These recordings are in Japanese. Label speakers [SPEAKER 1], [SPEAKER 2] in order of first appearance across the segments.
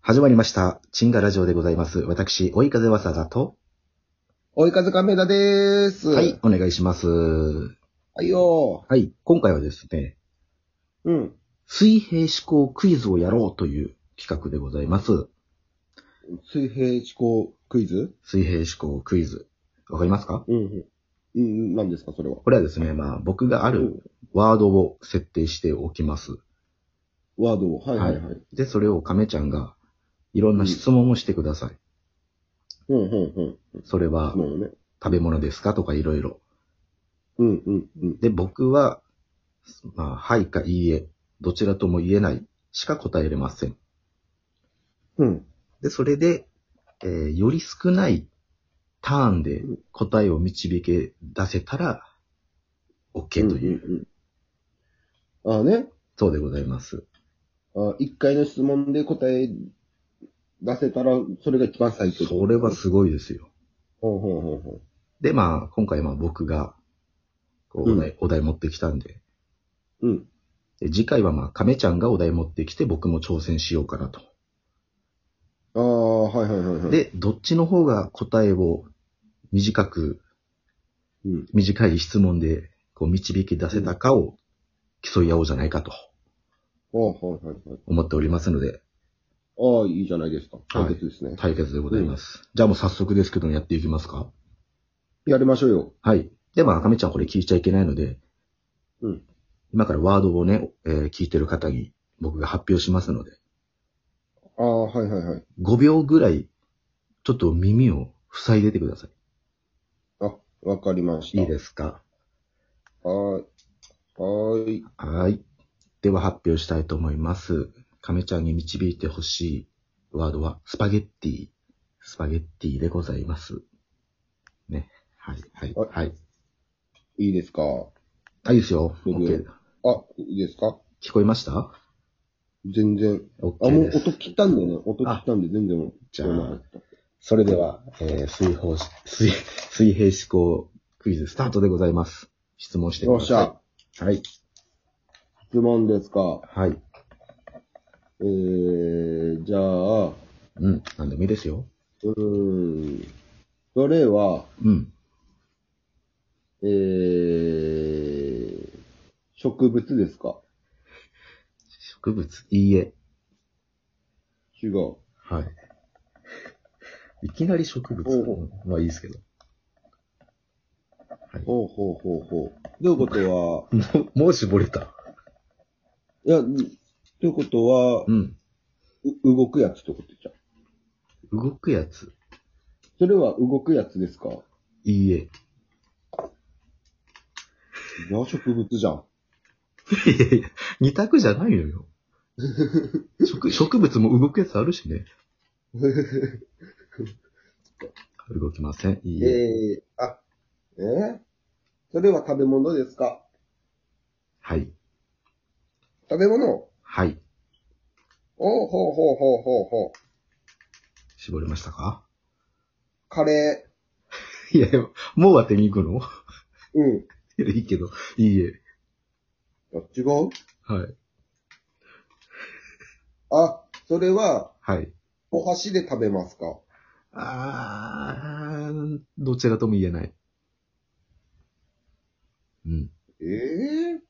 [SPEAKER 1] 始まりました。チンガラジオでございます。私、追い風わさだと。
[SPEAKER 2] 追い風亀田でーす。
[SPEAKER 1] はい。、お願いします。は
[SPEAKER 2] はいよ
[SPEAKER 1] い。今回はですね、
[SPEAKER 2] ー。うん。
[SPEAKER 1] 水平思考クイズをやろうという企画でございます。
[SPEAKER 2] 水平思考クイズ
[SPEAKER 1] 水平思考クイズ。わかりますか
[SPEAKER 2] うんうん。うん、何ですか、それは。
[SPEAKER 1] これはですね、まあ、僕があ
[SPEAKER 2] う
[SPEAKER 1] る
[SPEAKER 2] ん
[SPEAKER 1] ワードを設定しておきます。
[SPEAKER 2] ワードを。はいはいはい。
[SPEAKER 1] で、それを亀ちゃんが、いろんな質問をしてください。
[SPEAKER 2] うんうん
[SPEAKER 1] それ
[SPEAKER 2] うん。
[SPEAKER 1] は
[SPEAKER 2] 質、問をね。
[SPEAKER 1] 食べ物ですかとかいろいろ。
[SPEAKER 2] うんうんうん。
[SPEAKER 1] で、僕は、まあ、はいかいいえ、どちらとも言えないしか答えれません。
[SPEAKER 2] うん。
[SPEAKER 1] で、それで、えーより少ないターンで答えを導け出せたら、OK という、
[SPEAKER 2] うんうんうん。ああね。
[SPEAKER 1] そうでございます。
[SPEAKER 2] あー一回の質問で答え出せたら、それが一番最強。
[SPEAKER 1] それはすごいですよ。
[SPEAKER 2] ほうほうほうほ
[SPEAKER 1] で、まあ、今回まあ僕が、こうお題、お題持ってきたんで、
[SPEAKER 2] う。うん。
[SPEAKER 1] で次回はまあ、亀ちゃんがお題持ってきて僕も挑戦しようかなと。
[SPEAKER 2] ああ、はいはいはいはい。、
[SPEAKER 1] で、どっちの方が答えを短く
[SPEAKER 2] うん。
[SPEAKER 1] 短い質問で、こう、導き出せたかを競い合おうじゃないかと
[SPEAKER 2] ああ、はいはいはい。
[SPEAKER 1] 思っておりますので、
[SPEAKER 2] ああ、いいじゃないですか。
[SPEAKER 1] はい
[SPEAKER 2] 対決ですね。
[SPEAKER 1] 対決でございます。じゃあもう早速ですけどもやっていきますか。
[SPEAKER 2] やりましょうよ。
[SPEAKER 1] はい。で、まあ、亀ちゃんこれ聞いちゃいけないので、
[SPEAKER 2] うん
[SPEAKER 1] 今からワードをね、えー聞いてる方に僕が発表しますので、
[SPEAKER 2] ああ、はいはいはい。
[SPEAKER 1] 5秒ぐらい、ちょっと耳を塞いでてくださ
[SPEAKER 2] あ、わかりまし
[SPEAKER 1] い。
[SPEAKER 2] た。
[SPEAKER 1] いいですか
[SPEAKER 2] はーい。はーい。
[SPEAKER 1] はい。では発表したいと思います。亀ちゃんに導いてほしいワードは、スパゲッティ。スパゲッティでございます。ね。はい、はい、
[SPEAKER 2] はい
[SPEAKER 1] はい。
[SPEAKER 2] いいですか
[SPEAKER 1] あ、いいですよ。
[SPEAKER 2] 僕
[SPEAKER 1] OK。
[SPEAKER 2] あ、いいですか
[SPEAKER 1] 聞こえました
[SPEAKER 2] 全然。あ、も
[SPEAKER 1] ?OK
[SPEAKER 2] う
[SPEAKER 1] です。
[SPEAKER 2] 音切ったんだよね。音切ったんで全然もう
[SPEAKER 1] じゃあ
[SPEAKER 2] 聞こえなかった
[SPEAKER 1] それでは、えー水平、水、 水平思考クイズスタートでございます。質問してく
[SPEAKER 2] よ
[SPEAKER 1] だ
[SPEAKER 2] っし
[SPEAKER 1] さい。
[SPEAKER 2] ゃ。
[SPEAKER 1] はい。
[SPEAKER 2] 質問ですか
[SPEAKER 1] はい。
[SPEAKER 2] えー、じゃあ、う
[SPEAKER 1] うん。なんでもいいですよ。
[SPEAKER 2] ーん。それは、
[SPEAKER 1] うん。
[SPEAKER 2] えー、植物ですか
[SPEAKER 1] 植物、いいえ。
[SPEAKER 2] 違う。
[SPEAKER 1] はい。いきなり植物。
[SPEAKER 2] おう
[SPEAKER 1] うんまあいいですけど。
[SPEAKER 2] ほうほうほうほう。ということは、
[SPEAKER 1] も う、もう絞れた。
[SPEAKER 2] いや、んということは、
[SPEAKER 1] うん。
[SPEAKER 2] う動くやつってことじゃん。
[SPEAKER 1] 動くやつ。
[SPEAKER 2] それは動くやつですか
[SPEAKER 1] いいえ。
[SPEAKER 2] いや、植物じゃん。
[SPEAKER 1] いやいや、二択じゃないの よ。植植物も動くやつあるし ね。動きません。いいえ。
[SPEAKER 2] ええあ、えーそれは食べ物ですか
[SPEAKER 1] はい。
[SPEAKER 2] 食べ物
[SPEAKER 1] はい。
[SPEAKER 2] おうほうほうほうほうほう。
[SPEAKER 1] 絞れましたか
[SPEAKER 2] カレ
[SPEAKER 1] いや、もう当てに行くの
[SPEAKER 2] ー。うん。
[SPEAKER 1] いやいいけど。いいえ。
[SPEAKER 2] あ違う
[SPEAKER 1] はい。
[SPEAKER 2] あ、それは、
[SPEAKER 1] はい。
[SPEAKER 2] お箸で食べますか
[SPEAKER 1] あー、どちらとも言えない。うん。
[SPEAKER 2] ええ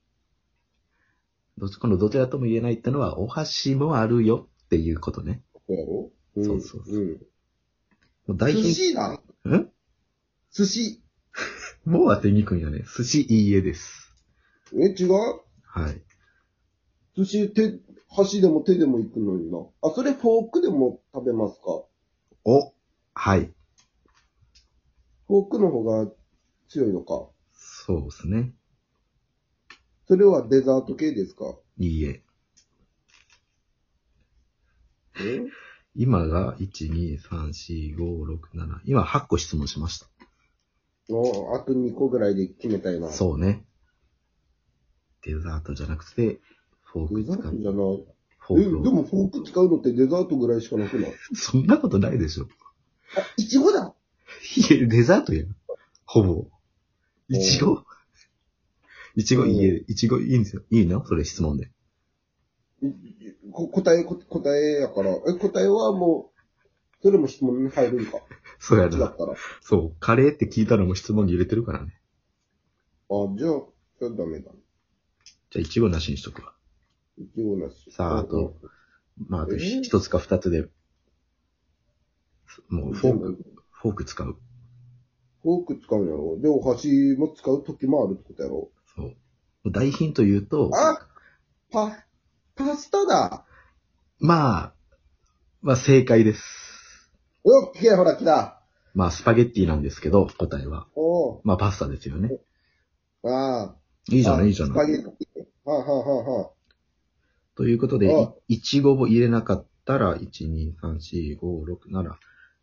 [SPEAKER 1] どっち、今度どちらとも言えないってのは、お箸もあるよっていうことね。
[SPEAKER 2] そうやろうん
[SPEAKER 1] そうそうそう
[SPEAKER 2] うん。
[SPEAKER 1] もう大
[SPEAKER 2] 寿
[SPEAKER 1] 変、
[SPEAKER 2] 司だ。
[SPEAKER 1] ん
[SPEAKER 2] 寿司。
[SPEAKER 1] もう当てに行くんやね。寿司いいえです。
[SPEAKER 2] え、違う
[SPEAKER 1] はい。
[SPEAKER 2] 寿司、手、箸でも手でも行くのにな。あ、それフォークでも食べますか
[SPEAKER 1] お、はい。
[SPEAKER 2] フォークの方が強いのか
[SPEAKER 1] そうですね。
[SPEAKER 2] それはデザート系ですか
[SPEAKER 1] いいえ。
[SPEAKER 2] え
[SPEAKER 1] 今が、1、2、3、4、5、6、7。今8個質問しました。
[SPEAKER 2] おあと2個ぐらいで決めたいな。
[SPEAKER 1] そうね。デザートじゃなくて、フォーク
[SPEAKER 2] デザ
[SPEAKER 1] 使
[SPEAKER 2] ート
[SPEAKER 1] う。
[SPEAKER 2] じゃない。
[SPEAKER 1] フ
[SPEAKER 2] え、
[SPEAKER 1] ォ
[SPEAKER 2] で
[SPEAKER 1] ークを。
[SPEAKER 2] もフォーク使うのってデザートぐらいしかなくない
[SPEAKER 1] そんなことないでしょ。
[SPEAKER 2] あ、いちごだ
[SPEAKER 1] いや、デザートやん。ほぼ。いちご。いちごいいえ、いちごいいんですよ。いいのそれ質問で。
[SPEAKER 2] いいこ答え、こ答えやから。え、答えはもう、それも質問に入るんか。
[SPEAKER 1] そうや
[SPEAKER 2] 違ったら。
[SPEAKER 1] な
[SPEAKER 2] あ。、じゃあ、
[SPEAKER 1] そう、カレーって聞いたらもう質問に入れてるからね。
[SPEAKER 2] じゃあダメだね。
[SPEAKER 1] じゃあ、一語なしにしとくわ。
[SPEAKER 2] いちごなし。
[SPEAKER 1] さああとまあ、あと
[SPEAKER 2] え
[SPEAKER 1] ひ一つか二つで、も
[SPEAKER 2] うん、
[SPEAKER 1] う
[SPEAKER 2] フ
[SPEAKER 1] フ
[SPEAKER 2] ォ
[SPEAKER 1] ォー
[SPEAKER 2] ーク
[SPEAKER 1] ク、。フォーク使う。
[SPEAKER 2] フォーク使うんやろ。で、お箸も使う時もあるってことやろ。
[SPEAKER 1] そう。大ヒント言うと、
[SPEAKER 2] あパ、パスタだ
[SPEAKER 1] まあ、まあ正解です。
[SPEAKER 2] おっ、来たほら来た。
[SPEAKER 1] まあスパゲッティなんですけど、答えは。
[SPEAKER 2] おう
[SPEAKER 1] まあパスタですよね。
[SPEAKER 2] ああ。
[SPEAKER 1] いいじゃない、
[SPEAKER 2] あ
[SPEAKER 1] いいじゃ
[SPEAKER 2] スパ
[SPEAKER 1] ない。
[SPEAKER 2] ゲッティ。はあ、はあはあはあ、
[SPEAKER 1] ということで
[SPEAKER 2] あ、
[SPEAKER 1] いいちごを入れなかったら、1、2、3、4、5、6、7。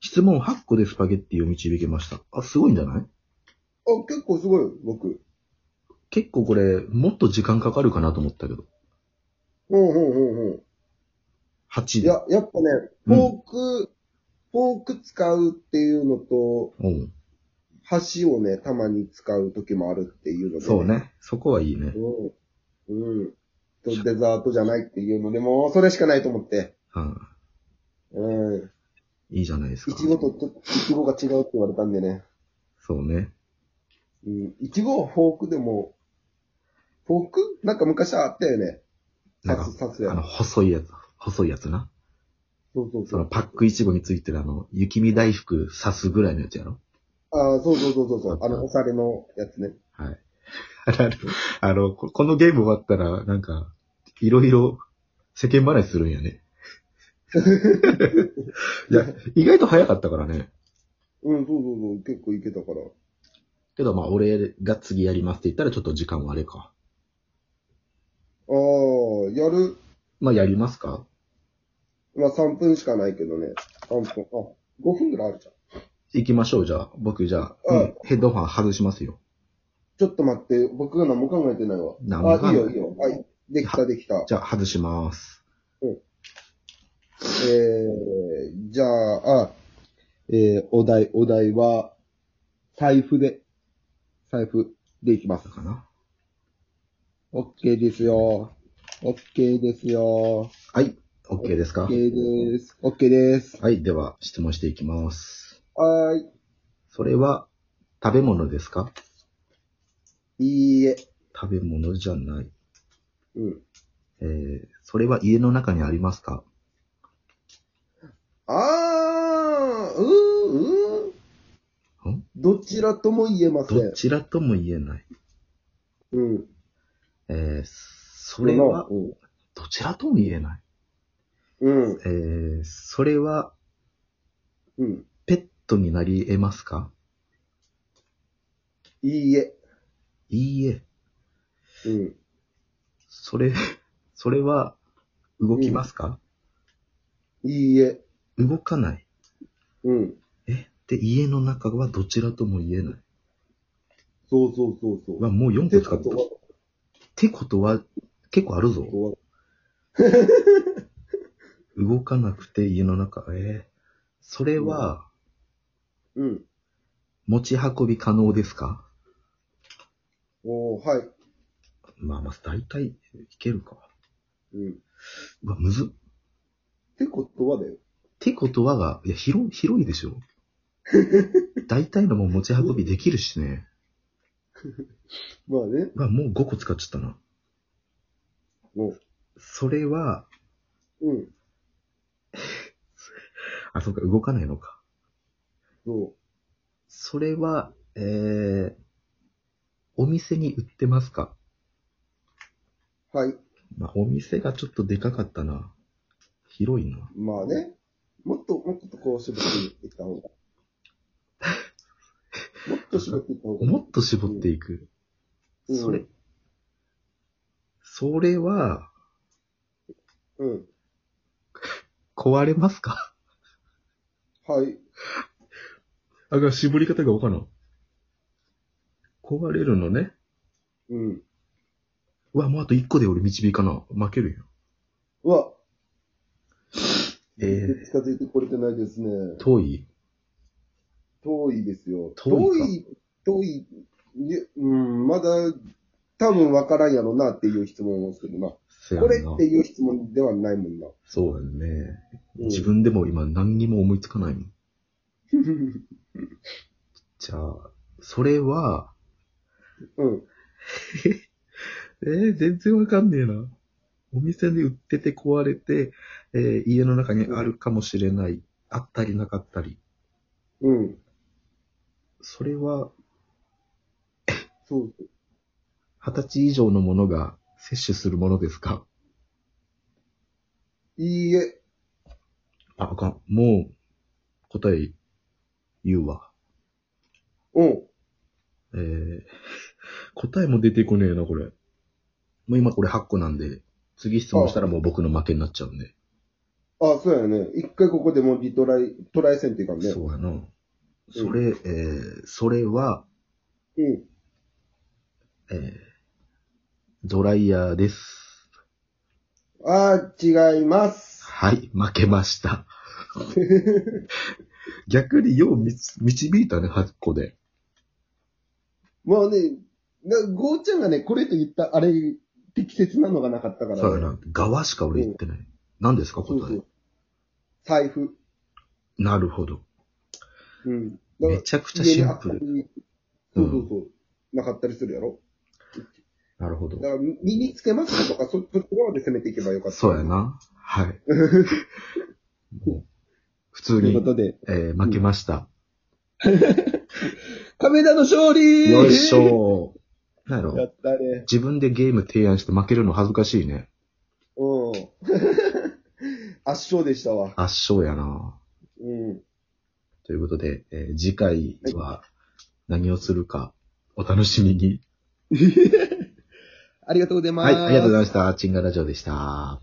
[SPEAKER 1] 質問8個でスパゲッティを導けました。あ、すごいんじゃない
[SPEAKER 2] あ、結構すごい、僕。
[SPEAKER 1] 結構これ、もっと時間かかるかなと思ったけど。
[SPEAKER 2] うん、うん、うん、うん。
[SPEAKER 1] 8
[SPEAKER 2] いや、やっぱね、
[SPEAKER 1] う
[SPEAKER 2] フ
[SPEAKER 1] ん
[SPEAKER 2] ォーク、フォーク使うっていうのと、
[SPEAKER 1] うん。
[SPEAKER 2] 箸をね、たまに使う時もあるっていうので。
[SPEAKER 1] そう。ね。そこはいいね。
[SPEAKER 2] うん。うん。とデザートじゃないっていうので、もうそれしかないと思って。
[SPEAKER 1] うん。
[SPEAKER 2] うん。
[SPEAKER 1] いいじゃないですか。
[SPEAKER 2] いちごと、といちごが違うって言われたんでね。
[SPEAKER 1] そうね。
[SPEAKER 2] うん。いちごはフォークでも、フォークなんか昔あったよね。
[SPEAKER 1] なん
[SPEAKER 2] 刺
[SPEAKER 1] か
[SPEAKER 2] す、、刺す
[SPEAKER 1] あ
[SPEAKER 2] や
[SPEAKER 1] の、
[SPEAKER 2] つ。
[SPEAKER 1] 細いやつ、細いやつな。
[SPEAKER 2] そうそう
[SPEAKER 1] そ
[SPEAKER 2] そ
[SPEAKER 1] の
[SPEAKER 2] う。
[SPEAKER 1] パックイチゴについてるあの、雪見大福刺すぐらいのやつやろ
[SPEAKER 2] ああ、そうそうそうそうそう。あ
[SPEAKER 1] あ
[SPEAKER 2] の、
[SPEAKER 1] っ
[SPEAKER 2] おされのやつね。
[SPEAKER 1] はい。あのあの、ここのゲーム終わったら、なんか、いろいろ世間話するんや ね。いや、意外と早かったからね。
[SPEAKER 2] うん、そうそうそう。結構いけたから。
[SPEAKER 1] けどまあ、俺が次やりますって言ったらちょっと時間はあれか。
[SPEAKER 2] ああ、やる。
[SPEAKER 1] まあ、やりますか
[SPEAKER 2] まあ3分しかないけどね。3分。あ、5分ぐらいあるじゃん。
[SPEAKER 1] 行きましょう、じゃあ。僕、じゃあ、
[SPEAKER 2] うん
[SPEAKER 1] うんヘッドホン外しますよ。
[SPEAKER 2] ちょっと待って、僕が何も考えてないわ。
[SPEAKER 1] 何も考え
[SPEAKER 2] あ、いいよ、いいよ。はい。できた、できた。
[SPEAKER 1] じゃあ、外します。
[SPEAKER 2] えー、じゃあ、あ、えー、お題、お題は、財布で、財布でいきます
[SPEAKER 1] だ。かな。
[SPEAKER 2] OK ですよ。OK ですよ。
[SPEAKER 1] はい。OK ですか
[SPEAKER 2] OK です。OK です。
[SPEAKER 1] はい。では、質問していきます。
[SPEAKER 2] はー
[SPEAKER 1] それは、食べ物ですか
[SPEAKER 2] い。いいえ。
[SPEAKER 1] 食べ物じゃない。
[SPEAKER 2] うん。
[SPEAKER 1] えー、それは家の中にありますか
[SPEAKER 2] あー、うーん、うー
[SPEAKER 1] ん
[SPEAKER 2] ん。どちらとも言えませ
[SPEAKER 1] ど
[SPEAKER 2] ん。
[SPEAKER 1] ちらとも言えない。
[SPEAKER 2] うん。
[SPEAKER 1] えー、それは、
[SPEAKER 2] うん。
[SPEAKER 1] どちらとも言えない。
[SPEAKER 2] うん。
[SPEAKER 1] えー、それは、
[SPEAKER 2] うん。
[SPEAKER 1] ペットになり得ますか
[SPEAKER 2] いいえ。
[SPEAKER 1] いいえ。
[SPEAKER 2] うん。
[SPEAKER 1] それ、 それは、動きますか、
[SPEAKER 2] いいえ。
[SPEAKER 1] 動かない。
[SPEAKER 2] うん。
[SPEAKER 1] え、で、家の中はどちらとも言えない。
[SPEAKER 2] そうそうそうそう。
[SPEAKER 1] は、もう4個使った。ってことは、結構あるぞ。
[SPEAKER 2] 怖い
[SPEAKER 1] 動かなくて家の中。えー、それは、
[SPEAKER 2] うん。
[SPEAKER 1] 持ち運び可能ですか
[SPEAKER 2] おー、はい。
[SPEAKER 1] まあまあ、大体いけるか。
[SPEAKER 2] うん。っ
[SPEAKER 1] うわ、むずっ。
[SPEAKER 2] てことはだよ。
[SPEAKER 1] てことはが、いや、広、広いでし ょ大体のもん持ち運びできるしね。
[SPEAKER 2] まあね。
[SPEAKER 1] うわ、もう5個使っちゃったな。
[SPEAKER 2] お
[SPEAKER 1] それは、
[SPEAKER 2] うん。
[SPEAKER 1] あ、そうか、動かないのか。
[SPEAKER 2] そ
[SPEAKER 1] それは、えー、お店に売ってますか
[SPEAKER 2] う。はい。
[SPEAKER 1] まあ、お店がちょっとでかかったな。広いな。
[SPEAKER 2] まあね。もっと、もっとこう絞っていった 方が。もっと絞っていった方が。
[SPEAKER 1] もっと絞っていく。
[SPEAKER 2] うん
[SPEAKER 1] それ。それは、
[SPEAKER 2] うん。
[SPEAKER 1] 壊れますか
[SPEAKER 2] はい。
[SPEAKER 1] あが、絞り方がわからん。壊れるのね。
[SPEAKER 2] うん。
[SPEAKER 1] うわ、もうあと1個で俺導かな。負けるよ。
[SPEAKER 2] うわ。
[SPEAKER 1] えー
[SPEAKER 2] 近づいてこれてないですね。
[SPEAKER 1] 遠い
[SPEAKER 2] 遠いですよ。
[SPEAKER 1] 遠いか
[SPEAKER 2] 遠い、遠い、いやうん、まだ、多分わからんやろなっていう質問をするな。
[SPEAKER 1] せやん
[SPEAKER 2] こ
[SPEAKER 1] な
[SPEAKER 2] れっていう質問ではない もんな。
[SPEAKER 1] そうやんね。
[SPEAKER 2] うん
[SPEAKER 1] 自分でも今何にも思いつかないもん。
[SPEAKER 2] う
[SPEAKER 1] じゃあ、それは、
[SPEAKER 2] ん。
[SPEAKER 1] えー、全然わかんねえな。お店で売ってて壊れて、えー家の中にあるかもしれない。あったりなかったり。
[SPEAKER 2] うん。
[SPEAKER 1] それは、
[SPEAKER 2] そう。
[SPEAKER 1] 二十歳以上のものが摂取するものですか
[SPEAKER 2] いいえ。
[SPEAKER 1] あ、あかん。もう、答え、言うわ。
[SPEAKER 2] うん。
[SPEAKER 1] えー、答えも出てこねえな、これ。もう今これ8個なんで、次質問したらもう僕の負けになっちゃうんで。
[SPEAKER 2] あ、そうやね。一回ここでもうリトライ、トライせんっていうかんね。
[SPEAKER 1] そうやな。それ、えー、それは、
[SPEAKER 2] うん。
[SPEAKER 1] えー、ドライヤーです。
[SPEAKER 2] あー、違います。
[SPEAKER 1] はい、負けま した。逆にようみつ導いたね、8個で。
[SPEAKER 2] もうね、なゴーちゃんがね、これと言った、あれ、適切なのがなかったから、ね。
[SPEAKER 1] そうやな。側しか俺言ってない。何ですか、答
[SPEAKER 2] そうそ
[SPEAKER 1] え
[SPEAKER 2] う。。財布。
[SPEAKER 1] なるほど。
[SPEAKER 2] うん。だか
[SPEAKER 1] め
[SPEAKER 2] ら
[SPEAKER 1] ちゃくちゃシンプル。
[SPEAKER 2] ル。
[SPEAKER 1] う
[SPEAKER 2] そ
[SPEAKER 1] ん
[SPEAKER 2] うそうそう。なかったりするやろ
[SPEAKER 1] なるほど
[SPEAKER 2] だ。から、身につけますとか、そ、そっち側で攻めていけばよかった。
[SPEAKER 1] そうや。な。 はい。もう普
[SPEAKER 2] と
[SPEAKER 1] 通
[SPEAKER 2] いう
[SPEAKER 1] に
[SPEAKER 2] こ、とで、
[SPEAKER 1] えー負けました。
[SPEAKER 2] 亀田の勝利
[SPEAKER 1] よいしょー。なんやろ
[SPEAKER 2] やったね。
[SPEAKER 1] 自分でゲーム提案して負けるの恥ずかしいね。
[SPEAKER 2] うん。 圧勝でしたわ。
[SPEAKER 1] 圧勝やな。
[SPEAKER 2] うん。
[SPEAKER 1] ということで、えー次回は何をするかお楽しみに。
[SPEAKER 2] ありがとうございま
[SPEAKER 1] は
[SPEAKER 2] す。
[SPEAKER 1] い、ありがとうございました。チンガラジオでした。